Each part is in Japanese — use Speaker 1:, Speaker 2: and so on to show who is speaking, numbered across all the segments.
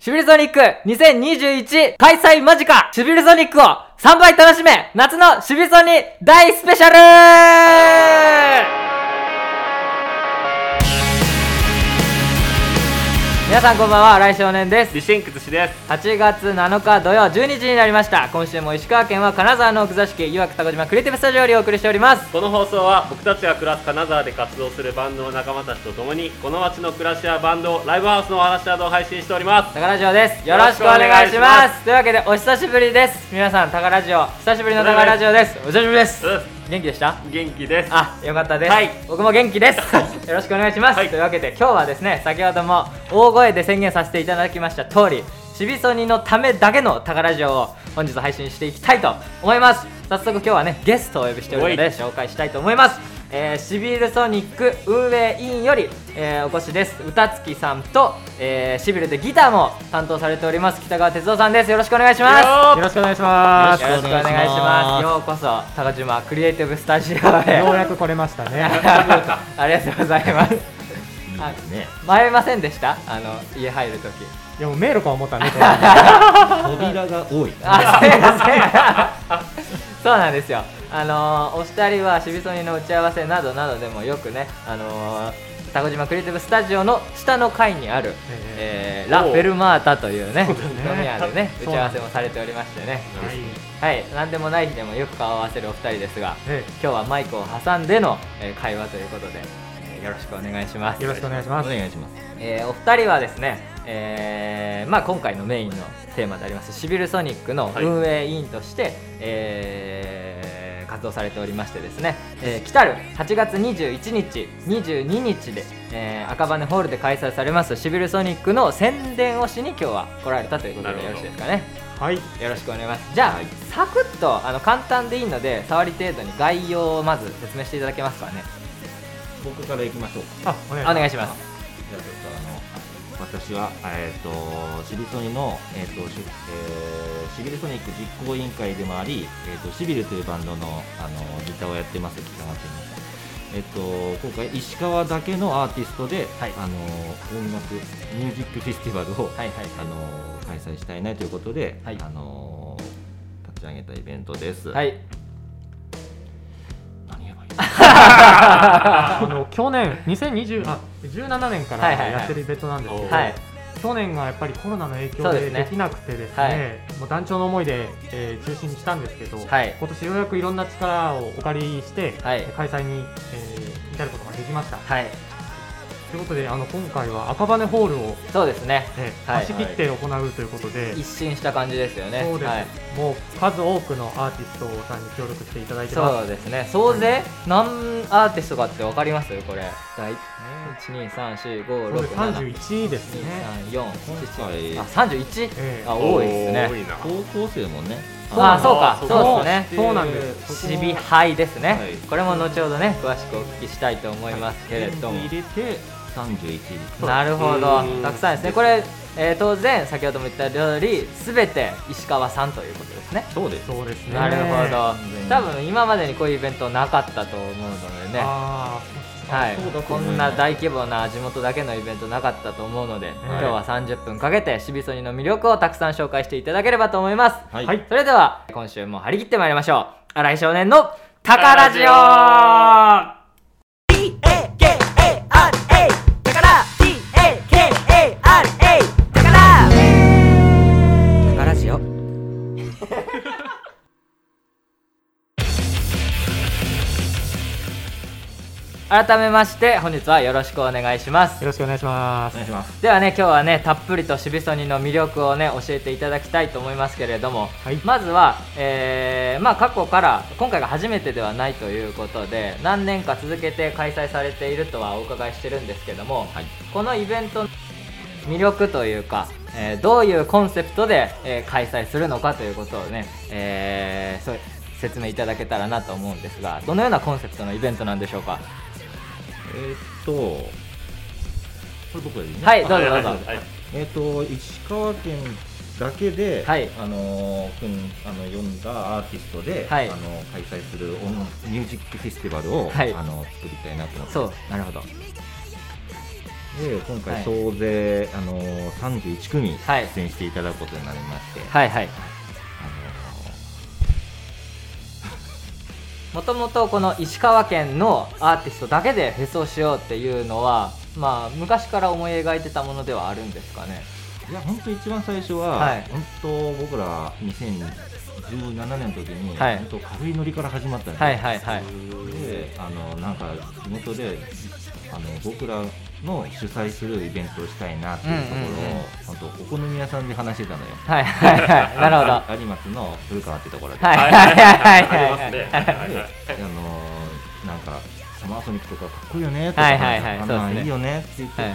Speaker 1: シビルソニック2021開催間近シビルソニックを3倍楽しめ夏のシビルソニ大スペシャル皆さんこんばんは、来少年です。
Speaker 2: リシェンクツです
Speaker 1: 8月7日土曜12時になりました今週も石川県は金沢の奥座敷いわく田子島クリエイティブスタジオよりお送りしております
Speaker 2: この放送は僕たちが暮らす金沢で活動するバンドの仲間たちと共にこの街の暮らしやバンドライブハウスのお話などを配信しております
Speaker 1: 高ラジオですよろしくお願いしますというわけでお久しぶりです皆さん高ラジオ久しぶりの高ラジオですお久しぶりです
Speaker 2: う
Speaker 1: 元気でした
Speaker 2: 元気です
Speaker 1: あ、よかったです。
Speaker 2: はい
Speaker 1: 僕も元気です。よろしくお願いします。
Speaker 2: はい
Speaker 1: というわけで今日はですね、先ほども大声で宣言させていただきました通り、シビソニのためだけのタカラジオを本日配信していきたいと思います。早速今日はね、ゲストをお呼びしておるの
Speaker 2: お
Speaker 1: で
Speaker 2: い
Speaker 1: 紹介したいと思います。えーシビルソニック運営委員より、えーお越しです歌月さんと、えーシビルでギターも担当されております北川哲夫さんですよろしくお願いします
Speaker 2: よ
Speaker 3: よろしくお願いします。
Speaker 1: よろしくお願いしますようこそ高島クリエイティブスタジオへ
Speaker 3: ようやく来れましたね。
Speaker 1: ありがとうございます。あ
Speaker 4: ね、
Speaker 1: 迷いませんでしたあの家入るとき。
Speaker 3: いやもう迷路か思ったね。これ
Speaker 4: 扉が多い。
Speaker 1: あ、すいません。 そうなんですよ。あのーお二人はしびそにの打ち合わせなどなどでもよくね、あのー、タコ島クリエイティブスタジオの下の階にある、えーラ・
Speaker 2: おう
Speaker 1: ベルマータというね、
Speaker 3: ね
Speaker 1: 飲み屋でね、打
Speaker 3: そう
Speaker 1: ち合
Speaker 3: な
Speaker 1: わ
Speaker 3: ん
Speaker 1: せ
Speaker 3: です
Speaker 1: もされておりましてね、
Speaker 3: はい
Speaker 1: はい、なんでもない日でもよく顔を合わせるお二人ですが、
Speaker 3: え
Speaker 1: 今日はマイクを挟んでの、えー会話ということで、えーよろしくお願いします。
Speaker 3: えよろしくお願いし
Speaker 4: お
Speaker 3: ます。
Speaker 4: 願いします。
Speaker 1: えーお二人はですね、えーまあ、今回のメインのテーマでありますシビルソニックの運営委員として、えー活動されておりましてですね、えー来たる8月21日22日で、えー赤羽ホールで開催されますシビルソニックの宣伝をしに今日は来られたということ
Speaker 2: なる
Speaker 1: で
Speaker 2: ほ
Speaker 1: よ
Speaker 2: ど
Speaker 1: ろしいですかね
Speaker 3: はい。
Speaker 1: よろしくお願いしますじゃあ、サクッとあの簡単でいいので触り程度に概要をまず説明していただけますかね
Speaker 4: 僕から行きましょう。
Speaker 3: あ、お願い
Speaker 1: お
Speaker 3: します。
Speaker 1: 願いします
Speaker 4: じゃあちょっとあの私はえっ、とシビルソニのえっ、とし、えーシビルソニック実行委員会でもあり、えっ、とシビルというバンドのあのギターをやってます北川君。えっと、今回石川だけのアーティストで、
Speaker 1: はい
Speaker 4: あの音楽ミュージックフェスティバルを、
Speaker 1: はいはい
Speaker 4: あの開催したいなということで、
Speaker 1: はい
Speaker 4: あの立ち上げたイベントです。
Speaker 1: はい
Speaker 4: 何やばい。
Speaker 3: あの去年2020あ17年か
Speaker 1: は
Speaker 3: ら
Speaker 1: いはいはい
Speaker 3: やってるイベントなんですけど、
Speaker 1: はい
Speaker 3: 去年がやっぱりコロナの影
Speaker 1: そ
Speaker 3: 響
Speaker 1: うで
Speaker 3: です
Speaker 1: ね
Speaker 3: できなくてです
Speaker 1: は
Speaker 3: ね、もう団長の思いで、えー中止にしたんですけど、
Speaker 1: はい
Speaker 3: 今年ようやくいろんな力をお借りして、
Speaker 1: はい
Speaker 3: 開催に、えー至ることができました。
Speaker 1: はい
Speaker 3: ということであの今回は赤羽ホールを、
Speaker 1: そうですね
Speaker 3: えー
Speaker 1: はい
Speaker 3: 貸し切って行うということで。
Speaker 1: 一新した感じですよね。
Speaker 3: そうです、
Speaker 1: はい、
Speaker 3: もう数多くのアーティストさんに協力していただいてま
Speaker 1: そう
Speaker 3: す
Speaker 1: ですね。総勢何アーティストかってわかります？これ。だい一二三四五
Speaker 3: こ
Speaker 1: 六
Speaker 3: れ
Speaker 1: 七
Speaker 3: 31位です
Speaker 1: 二
Speaker 3: ね
Speaker 1: 三四
Speaker 4: 今
Speaker 1: 七
Speaker 4: 回
Speaker 1: あ三十一
Speaker 3: ええ
Speaker 1: あ多いです
Speaker 2: 多
Speaker 1: ね。
Speaker 2: いな
Speaker 4: 高校生もね。
Speaker 1: ああ
Speaker 2: そ
Speaker 1: そううか
Speaker 2: そう
Speaker 1: そうですね。
Speaker 3: そうなんです
Speaker 1: シビハイですね、
Speaker 4: はい
Speaker 1: これも後ほどね詳しくお聞きしたいと思いますけれども。
Speaker 4: 入れて三十一。
Speaker 1: なるほど
Speaker 2: うん
Speaker 1: たくさんですねこれ、えー当然先ほども言った通りすべて石川さんということですね
Speaker 4: そうです。
Speaker 3: そうですね
Speaker 1: なるほど
Speaker 4: ね
Speaker 1: 多分今までにこういうイベントなかったと思うのでね
Speaker 3: あ
Speaker 1: はい
Speaker 4: そうだと、思
Speaker 1: こ
Speaker 4: います
Speaker 1: んな大規模な地元だけのイベントなかったと思うので、今日は30分かけてシビソニの魅力をたくさん紹介していただければと思います、
Speaker 4: はい。
Speaker 3: はい
Speaker 1: それでは今週も張り切ってまいりましょう新井少年の「タカラジオ」タカラジオ改めまして本日はよろしくお願いします
Speaker 3: ーよろしくお願いしま
Speaker 4: お
Speaker 3: す
Speaker 4: 願いします。
Speaker 1: ではね今日はねたっぷりとシビソニの魅力をね教えていただきたいと思いますけれども、
Speaker 3: い
Speaker 1: まずは、えーまあ、過去から今回が初めてではないということで何年か続けて開催されているとはお伺いしてるんですけども、
Speaker 4: はい。
Speaker 1: このイベントの魅力というか、えーどういうコンセプトで、えー開催するのかということをね、えーそう説明いただけたらなと思うんですがどのようなコンセプトのイベントなんでしょうか
Speaker 4: えーっと。これ僕でいいね。
Speaker 1: はいどうぞどうぞ
Speaker 2: はい
Speaker 4: えーっと、石川県だけで、
Speaker 1: はい
Speaker 4: あのー、くん、あの、呼んだアーティストで、
Speaker 1: はい
Speaker 4: あの、開催する音。ミュージックフェスティバルを、
Speaker 1: はい
Speaker 4: あの、作りたいなと思って。
Speaker 1: そうなるほど
Speaker 4: で今
Speaker 1: は
Speaker 4: 回
Speaker 1: い
Speaker 4: 総勢、あのー、31組
Speaker 1: はい
Speaker 4: 出演していただくことになりまして、
Speaker 1: はいはい
Speaker 4: あ
Speaker 1: もともとこの石川県のアーティストだけでフェスをしようっていうのはまあ昔から思い描いてたものではあるんですかね
Speaker 4: のーいや本当一番最初は、
Speaker 1: はい
Speaker 4: 本当僕ら2017年の時に、
Speaker 1: はい
Speaker 4: 本当軽いノリから始まったんですよ
Speaker 1: はいはいはい
Speaker 4: であのなんか地元であの僕らの主催するイベントをしたいなっていうところを、
Speaker 1: うんうんうん
Speaker 4: 本当お好み屋さんで話してたのよ
Speaker 1: はいはい はいなるほど
Speaker 4: 有松の古川ってところで、
Speaker 1: はいはいはいはいはい
Speaker 2: あり
Speaker 1: は
Speaker 2: ま
Speaker 1: い
Speaker 2: すねはいはい
Speaker 4: であのなんかサマーソニックとかかっこいいよねとか、
Speaker 1: はいはいはい
Speaker 4: あん
Speaker 1: そう
Speaker 4: なん
Speaker 1: ですね
Speaker 4: いいよねって言ってて、まあ、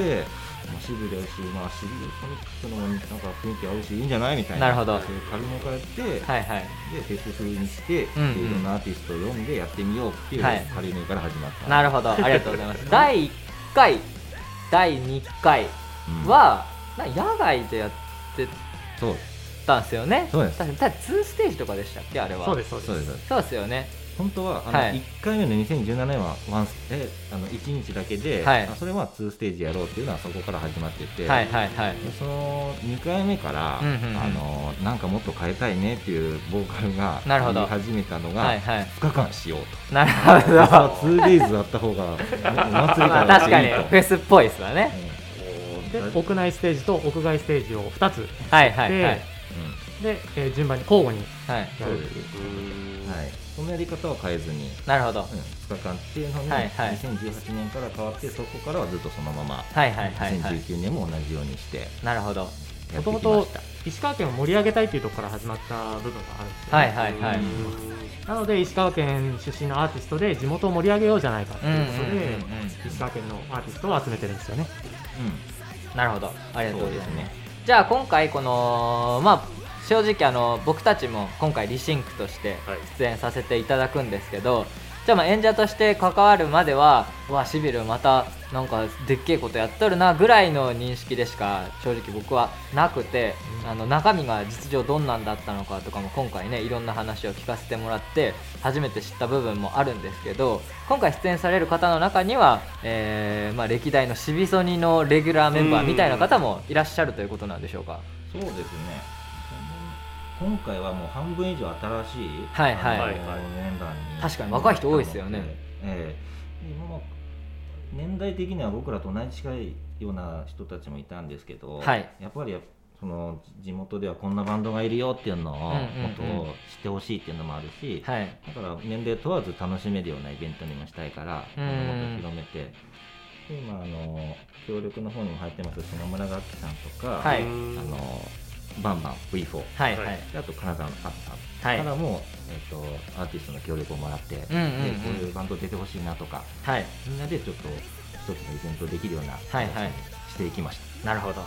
Speaker 4: シビルだし、まあ、シビルソニックとのもなんか雰囲気合うしいいんじゃないみたいな
Speaker 1: なるほど
Speaker 4: そういう軽めからやって、
Speaker 1: はいはい
Speaker 4: でフェス風にして、
Speaker 1: うんうん
Speaker 4: でいろんなアーティストを読んでやってみようっていう、
Speaker 1: はい
Speaker 4: 軽めから始まった
Speaker 1: なるほどありがとうございます第1回第2回
Speaker 4: うん
Speaker 1: は、な野外でやって
Speaker 4: そう
Speaker 1: たんですよね
Speaker 4: そうです
Speaker 1: 確かに2ステージとかでしたっけあれは
Speaker 3: そうですそうです
Speaker 4: そうです
Speaker 1: そうですよね
Speaker 4: 本当はあの、
Speaker 1: はい
Speaker 4: 1回目の2017年はワンスえあの1日だけで、
Speaker 1: はい
Speaker 4: あそれは2ステージやろうっていうのはそこから始まってて、
Speaker 1: はいはいはい
Speaker 4: でその2回目から、
Speaker 1: うんうんうん
Speaker 4: あのなんかもっと変えたいねっていうボーカルが
Speaker 1: なるほど
Speaker 4: 言い始めたのが、
Speaker 1: はいはい
Speaker 4: 2日間しようと
Speaker 1: なるほ ど
Speaker 4: それは 2days あった方がおお祭り
Speaker 1: まあ
Speaker 4: 感 が
Speaker 1: 確かに
Speaker 4: いい
Speaker 1: フ
Speaker 4: と
Speaker 1: ェスっぽいですわね
Speaker 3: で
Speaker 4: うん
Speaker 3: 屋内ステージと屋外ステージを2つ
Speaker 1: はいはいはい
Speaker 3: で、えー順番に交互に
Speaker 1: はい
Speaker 3: やる
Speaker 4: そうですうんはい、そのやり方は変えずに、
Speaker 1: なるほど
Speaker 4: うん、2日間っていうのに、
Speaker 1: はいはい
Speaker 4: 2018年から変わってそこからはずっとそのまま
Speaker 1: はいはいはいはい
Speaker 4: 2019年も同じようにして
Speaker 1: なるほど
Speaker 3: も
Speaker 4: やって
Speaker 3: と
Speaker 4: きま
Speaker 3: も
Speaker 4: した、
Speaker 3: と石川県を盛り上げたいというところから始まった部分があるんですよね、
Speaker 1: はいはいはい
Speaker 3: なので石川県出身のアーティストで地元を盛り上げようじゃないかと
Speaker 1: うんうんう
Speaker 3: い
Speaker 1: ん
Speaker 3: うことで、石川県のアーティストを集めてるんですよね
Speaker 1: うんなるほどあり
Speaker 4: う
Speaker 1: が
Speaker 4: ん、
Speaker 1: と
Speaker 4: そうう
Speaker 1: ござ
Speaker 4: で
Speaker 1: い
Speaker 4: す
Speaker 1: ます
Speaker 4: ね
Speaker 1: じゃあ今回このまあ正直あの僕たちも今回リシンクとして
Speaker 2: はい
Speaker 1: 出演させていただくんですけど、じゃあまあ演者として関わるまではうわしびるまたなんかでっけえことやっとるなぐらいの認識でしか正直僕はなくて、あの中身が実情どんなんだったのかとかも今回ねいろんな話を聞かせてもらって初めて知った部分もあるんですけど今回出演される方の中には、えーまあ、歴代のしびそにのレギュラーメンバーみたいな方もいらっしゃるということなんでしょうか。
Speaker 4: そうですね今回はもう半分以上新しい、
Speaker 1: はいはい
Speaker 4: あの
Speaker 2: はいはい
Speaker 4: メンバーに
Speaker 1: 確かに若い人多いですよね
Speaker 4: ええでも年代的には僕らと同じ近いような人たちもいたんですけど、
Speaker 1: はい
Speaker 4: やっぱりその地元ではこんなバンドがいるよっていうのを
Speaker 1: うんうん
Speaker 4: もっと
Speaker 1: うん
Speaker 4: 知ってほしいっていうのもあるし、
Speaker 1: はい
Speaker 4: だから年齢問わず楽しめるようなイベントにもしたいから、
Speaker 1: うん
Speaker 4: もっと広めて今あの協力の方にも入ってます島村楽器さんとか、
Speaker 1: はい
Speaker 4: あのバンバン V4
Speaker 1: はいはい
Speaker 4: であと金沢のカズさん
Speaker 1: はい
Speaker 4: からも、えっとアーティストの協力をもらって、
Speaker 1: うんうん
Speaker 4: でこう
Speaker 1: う
Speaker 4: い
Speaker 1: ん
Speaker 4: うバンド出てほしいなとか
Speaker 1: はい
Speaker 4: みんなでちょっと一つのイベントできるような
Speaker 1: はいはい
Speaker 4: していきました。
Speaker 1: なるほど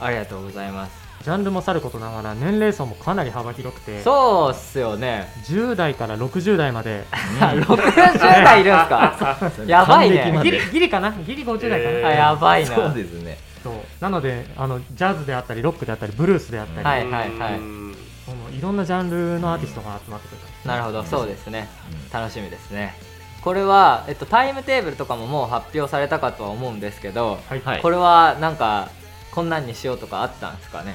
Speaker 1: ありがとうございます
Speaker 3: ジャンルもさることながら年齢層もかなり幅広くて
Speaker 1: そうっすよね
Speaker 3: 10代から60代まで
Speaker 1: 60代いるんすかやばい
Speaker 4: 還暦ま
Speaker 1: ね
Speaker 3: ギ
Speaker 4: で
Speaker 3: リギリかなギリ50代かな、
Speaker 2: えー
Speaker 1: あやばいな
Speaker 4: そうですね。
Speaker 3: そうなのであのジャズであったりロックであったりブルースであったり、
Speaker 1: はいはい
Speaker 3: そのいろんなジャンルのアーティストが集まってくる、
Speaker 1: なるほどそうですね
Speaker 4: うん
Speaker 1: 楽しみですねこれは、えっと、タイムテーブルとかももう発表されたかとは思うんですけど、
Speaker 3: はい
Speaker 4: はい
Speaker 1: これはなんかこんなんにしようとかあったんですかね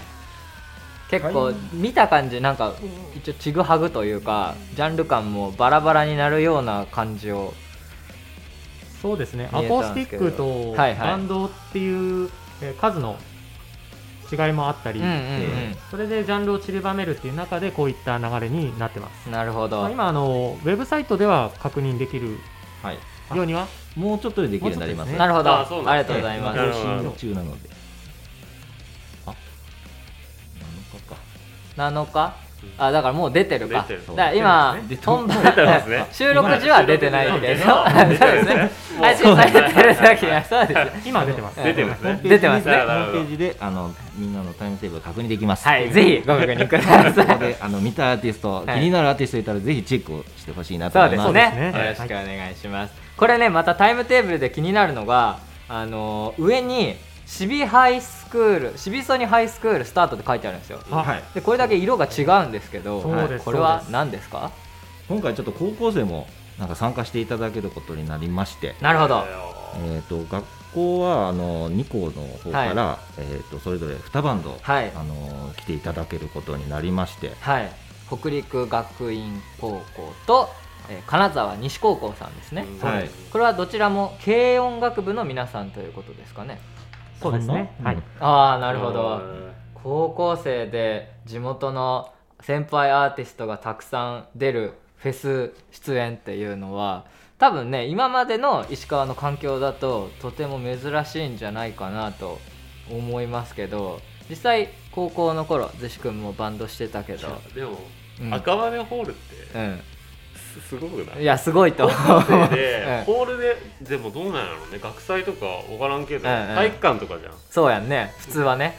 Speaker 1: 結構
Speaker 4: はい
Speaker 1: 見た感じなんか一応ちぐはぐというかジャンル感もバラバラになるような感じを
Speaker 3: そうですね
Speaker 1: 見
Speaker 3: ア
Speaker 1: え
Speaker 3: コ
Speaker 1: た
Speaker 3: ース
Speaker 1: んで
Speaker 3: ティ
Speaker 1: すけ
Speaker 3: ッ
Speaker 1: ど
Speaker 3: クと
Speaker 1: はいはい
Speaker 3: バンドっていう、えー数の違いもあった
Speaker 1: う
Speaker 3: り、
Speaker 1: んうん
Speaker 3: それでジャンルを散りばめるっていう中でこういった流れになってます、
Speaker 1: うんなるほ
Speaker 3: ま
Speaker 1: ど
Speaker 3: あ今あのウェブサイトでは確認できる
Speaker 4: はい。
Speaker 3: ようには
Speaker 4: もうちょっとでできるようになりますね。
Speaker 1: なるほど
Speaker 2: あ
Speaker 1: あ
Speaker 2: そう
Speaker 1: りが
Speaker 2: なんです
Speaker 1: とうございます
Speaker 2: なる
Speaker 4: 更
Speaker 2: ほど
Speaker 4: 新中なので。あ、7日か。
Speaker 1: 7日あだからもう出てるか
Speaker 2: 出てる
Speaker 1: だから今
Speaker 4: 出てますね
Speaker 1: 本番
Speaker 2: 出てますね
Speaker 1: 収録時は出てないけど そう
Speaker 2: 出て
Speaker 1: で
Speaker 2: る
Speaker 1: す
Speaker 2: んですね
Speaker 1: ね配信されてる時はそうですね
Speaker 3: 今出てます
Speaker 2: 出てますね
Speaker 1: 出てますね
Speaker 4: ホームページで、あの、みんなのタイムテーブル確認できます。
Speaker 1: はいぜひご確認くだ
Speaker 4: そこ
Speaker 1: さい
Speaker 4: で、あの、見たアーティスト、気
Speaker 1: はい
Speaker 4: になるアーティストいたら、ぜひチェックをしてほしいな
Speaker 1: そ
Speaker 4: と
Speaker 1: う
Speaker 4: 思
Speaker 1: で
Speaker 4: いますす。
Speaker 1: ね
Speaker 3: そうですね
Speaker 1: よろしくお願いしますこれねまたタイムテーブルで気になるのがあのー上にシビハイスクールシビソニハイスクールスタートって書いてあるんですよ
Speaker 3: あ
Speaker 4: はい。
Speaker 1: でこれだけ色が違うんですけど
Speaker 3: そうです
Speaker 1: これ
Speaker 3: そう
Speaker 1: は
Speaker 3: です
Speaker 1: 何ですか
Speaker 4: 今回ちょっと高校生も、なんか参加していただけることになりまして。
Speaker 1: なるほど
Speaker 4: えっと、学校はあの2校の方から、えー、とそれぞれ2バンド、
Speaker 1: はい
Speaker 4: あの来ていただけることになりまして、
Speaker 1: はい北陸学院高校と、えー金沢西高校さんですね、
Speaker 2: うん
Speaker 4: はい
Speaker 1: これはどちらも軽音楽部の皆さんということですかね
Speaker 3: そうですね
Speaker 4: かな
Speaker 3: はい
Speaker 4: うん
Speaker 1: ああなるほど
Speaker 2: うん
Speaker 1: 高校生で地元の先輩アーティストがたくさん出るフェス出演っていうのは多分ね今までの石川の環境だととても珍しいんじゃないかなと思いますけど実際高校の頃逗子くんもバンドしてたけど、
Speaker 2: でも、
Speaker 1: うん
Speaker 2: 赤羽ホールって
Speaker 1: う、
Speaker 2: すすごくなんい
Speaker 1: いやすごいと思
Speaker 2: 高校
Speaker 1: う、
Speaker 2: 生でホールででもどうなんやろうね学祭とか分からんけど、
Speaker 1: うんうん
Speaker 2: 体育館とかじゃんい
Speaker 1: そうやんね普通はね、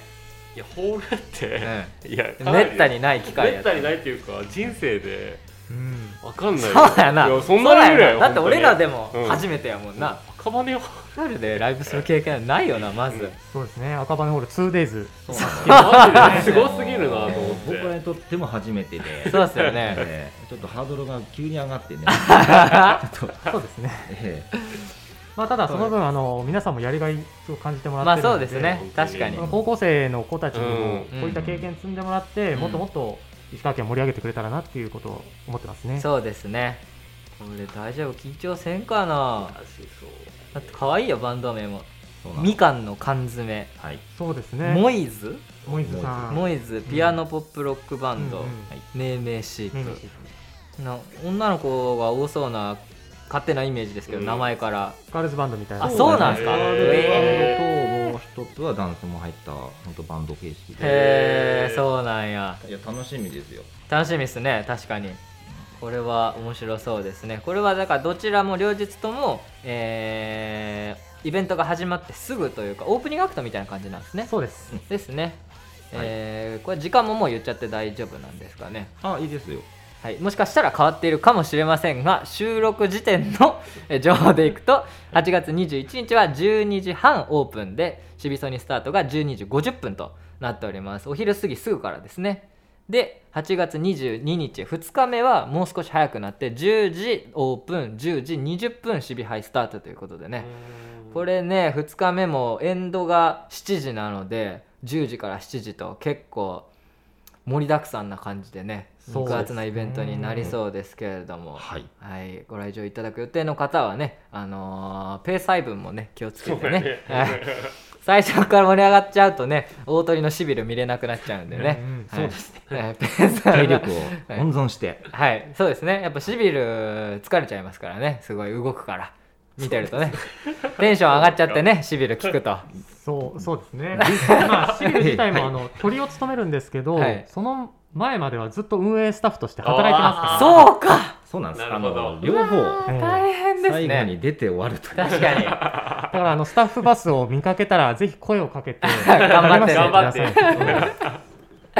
Speaker 2: やホールって、いやかな
Speaker 1: め
Speaker 2: り
Speaker 1: ったにない機会
Speaker 2: め
Speaker 1: や
Speaker 2: っ
Speaker 1: った
Speaker 2: たにないっていうか人生で
Speaker 1: うん
Speaker 2: 分かんない
Speaker 1: そうやない
Speaker 2: やそんなレベルや
Speaker 1: そうや
Speaker 2: よ
Speaker 1: なだって
Speaker 2: 本当
Speaker 1: 俺
Speaker 2: に
Speaker 1: らでも
Speaker 2: うん
Speaker 1: 初めてやもんな、
Speaker 2: 赤羽ホ
Speaker 1: リアルでライブする経験ないよなまず、
Speaker 3: そうですね赤羽ホー ル 2days
Speaker 4: そうなんです
Speaker 2: ールすごすぎるなと思って
Speaker 4: 僕らにとっても初めてで、
Speaker 1: そうですよね
Speaker 4: えーちょっとハードルが急に上がってね、ちょっと
Speaker 3: そうですね
Speaker 4: えー
Speaker 3: まあただその分あの皆さんもやりがいを感じてもら
Speaker 1: まあ
Speaker 3: ってる
Speaker 1: そう
Speaker 3: の
Speaker 1: です
Speaker 3: で
Speaker 1: ね
Speaker 2: で
Speaker 1: 確かに
Speaker 2: 本
Speaker 3: 高校生の子たちにも
Speaker 1: うん
Speaker 3: こういった経験積んでもらって
Speaker 1: うん
Speaker 3: もっともっと石川県を盛り上げてくれたらなっていうことを思ってますね
Speaker 1: そうですねこれ大丈夫緊張せんかなだって可愛いよバンド名も
Speaker 4: そうなんです
Speaker 1: みかんの缶詰、
Speaker 4: はい、
Speaker 3: そうですね
Speaker 1: モイズ
Speaker 3: モイズさん
Speaker 1: モイズピアノポップロックバンド、
Speaker 3: うんうん
Speaker 1: はい命名シープ、
Speaker 3: ねね
Speaker 1: な女の子が多そうな勝手なイメージですけど、
Speaker 2: うん
Speaker 1: 名前から
Speaker 3: ガールズバンドみたいな
Speaker 1: あそうなんですか
Speaker 2: そうなんです
Speaker 1: へ
Speaker 2: へ
Speaker 4: もう一つはダンスも入った本当バンド形式
Speaker 1: ー
Speaker 4: で、
Speaker 1: へーそうなんや
Speaker 4: いや楽しみですよ。
Speaker 1: 楽しみですね確かにこれは面白そうですねこれはだからどちらも両日とも、えーイベントが始まってすぐというかオープニングアクトみたいな感じなんですね
Speaker 3: そうです
Speaker 1: ですね、えーこれ時間ももう言っちゃって大丈夫なんですかね
Speaker 4: あいいですよ。
Speaker 1: はい、もしかしたら変わっているかもしれませんが収録時点の えー情報でいくと8月21日は12時半オープンでシビソニスタートが12時50分となっておりますお昼過ぎすぐからですねで8月22日2日目はもう少し早くなって10時オープン10時20分シビハイスタートということでねこれね2日目もエンドが7時なので10時から7時と結構盛りだくさんな感じでね
Speaker 3: そうです
Speaker 1: 肉
Speaker 3: ね
Speaker 1: 厚なイベントになりそうですけれども、
Speaker 4: はい。
Speaker 1: はい、ご来場いただく予定の方はね、あのーペース配分もね気をつけてね はい最初から盛り上がっちゃうとね大鳥のしびれ見れなくなっちゃうんでね、
Speaker 3: うん
Speaker 1: はい
Speaker 3: そうで
Speaker 1: はいペース配
Speaker 4: 体
Speaker 1: 分
Speaker 4: 力を温存して。
Speaker 1: はい、そうですね。やっぱシビル疲れちゃいますからね。すごい動くから。見てるとね。テンション上がっちゃってね、シビル聞くと。
Speaker 3: そうそうですねまあシビル自 体もあの鳥を務めるんですけど
Speaker 1: はい
Speaker 3: その前まではずっと運営スタッフとして働いてま
Speaker 2: あー
Speaker 1: そうか
Speaker 4: そうなんです。
Speaker 2: なる
Speaker 4: あ
Speaker 2: ほど
Speaker 4: の両方
Speaker 3: すからええ
Speaker 1: 大変です
Speaker 4: 最後
Speaker 1: ね。
Speaker 4: に出て終わるという。
Speaker 1: 確かに。
Speaker 3: だからあのスタッフバスを見かけたらぜひ声をかけて
Speaker 1: 頑張 って
Speaker 3: 励 ましてくださ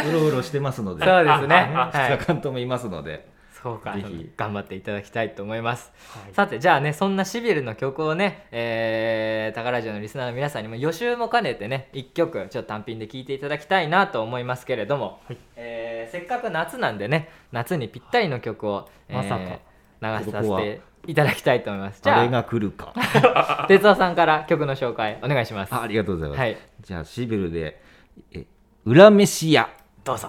Speaker 3: い
Speaker 4: うろうろしてますので、
Speaker 1: そうですね。
Speaker 4: 2
Speaker 1: はい
Speaker 4: 日。間ともいますので、
Speaker 1: そうか
Speaker 4: ぜひ。
Speaker 1: 頑張っていただきたいと思います。
Speaker 3: はい
Speaker 1: さて、じゃあね、そんなシビルの曲をね、えー、宝城のリスナーの皆さんにも予習も兼ねてね、一曲、ちょっと単品で聴いていただきたいなと思いますけれども、
Speaker 3: はい
Speaker 1: えーせっかく夏なんでね、夏にぴったりの曲を、えー
Speaker 3: まさか
Speaker 1: 流させていただきたいと思います。じ
Speaker 4: あ
Speaker 1: ゃ
Speaker 4: れが来る か。
Speaker 1: あ、哲夫さんから曲の紹介お願いします。
Speaker 4: ああ
Speaker 1: は
Speaker 4: りがとうございます。
Speaker 1: い、
Speaker 4: じゃあシビルでえ裏飯屋。
Speaker 1: どうぞ。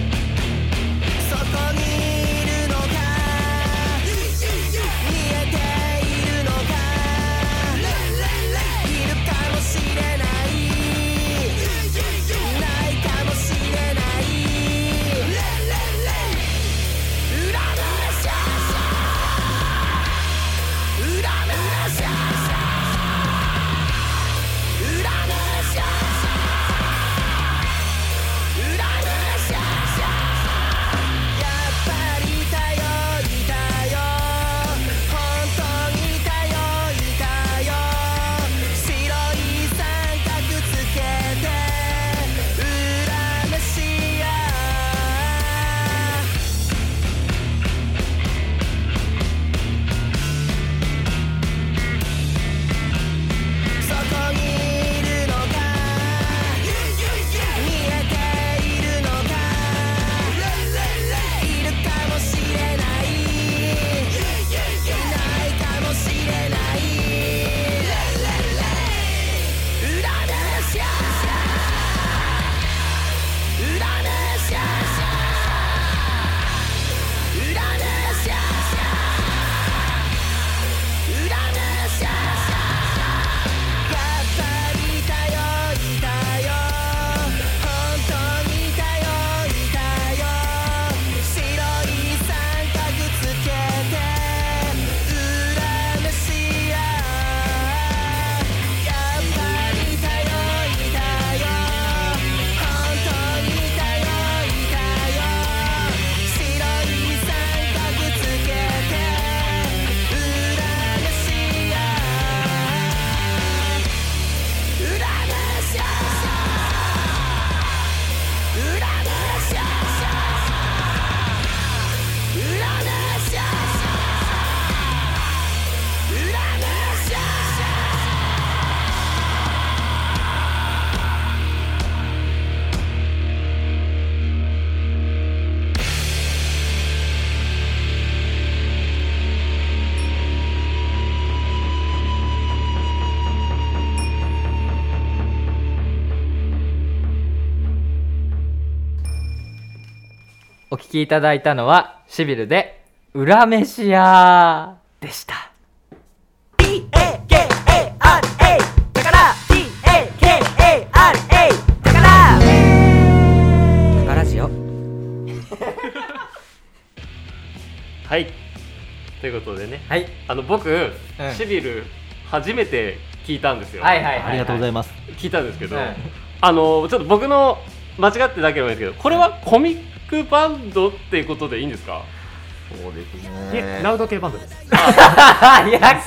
Speaker 5: 「そこにいるのか」「見えているのか」「いるかもしれない」「ないかもしれない」
Speaker 1: お聴きいただいたのはシビルで「裏飯屋」でした
Speaker 5: T-A-K-A-R-A だから T-A-K-A-R-A だから
Speaker 1: タカラジオ
Speaker 2: はいということでね
Speaker 1: はい
Speaker 2: あの僕、シビル初めて聞いたんですよ、
Speaker 1: はいはいはい、
Speaker 4: ありがとうござい
Speaker 1: ま
Speaker 4: ます。
Speaker 2: 聞いたんですけど、
Speaker 1: はい
Speaker 2: あのちょっと僕の間違ってなければいいんですけどこれはコミックバンドっていうことでいいんですか
Speaker 4: そうです
Speaker 3: いえ、ラ
Speaker 4: ね。
Speaker 3: ウド系バンドです。
Speaker 1: すいや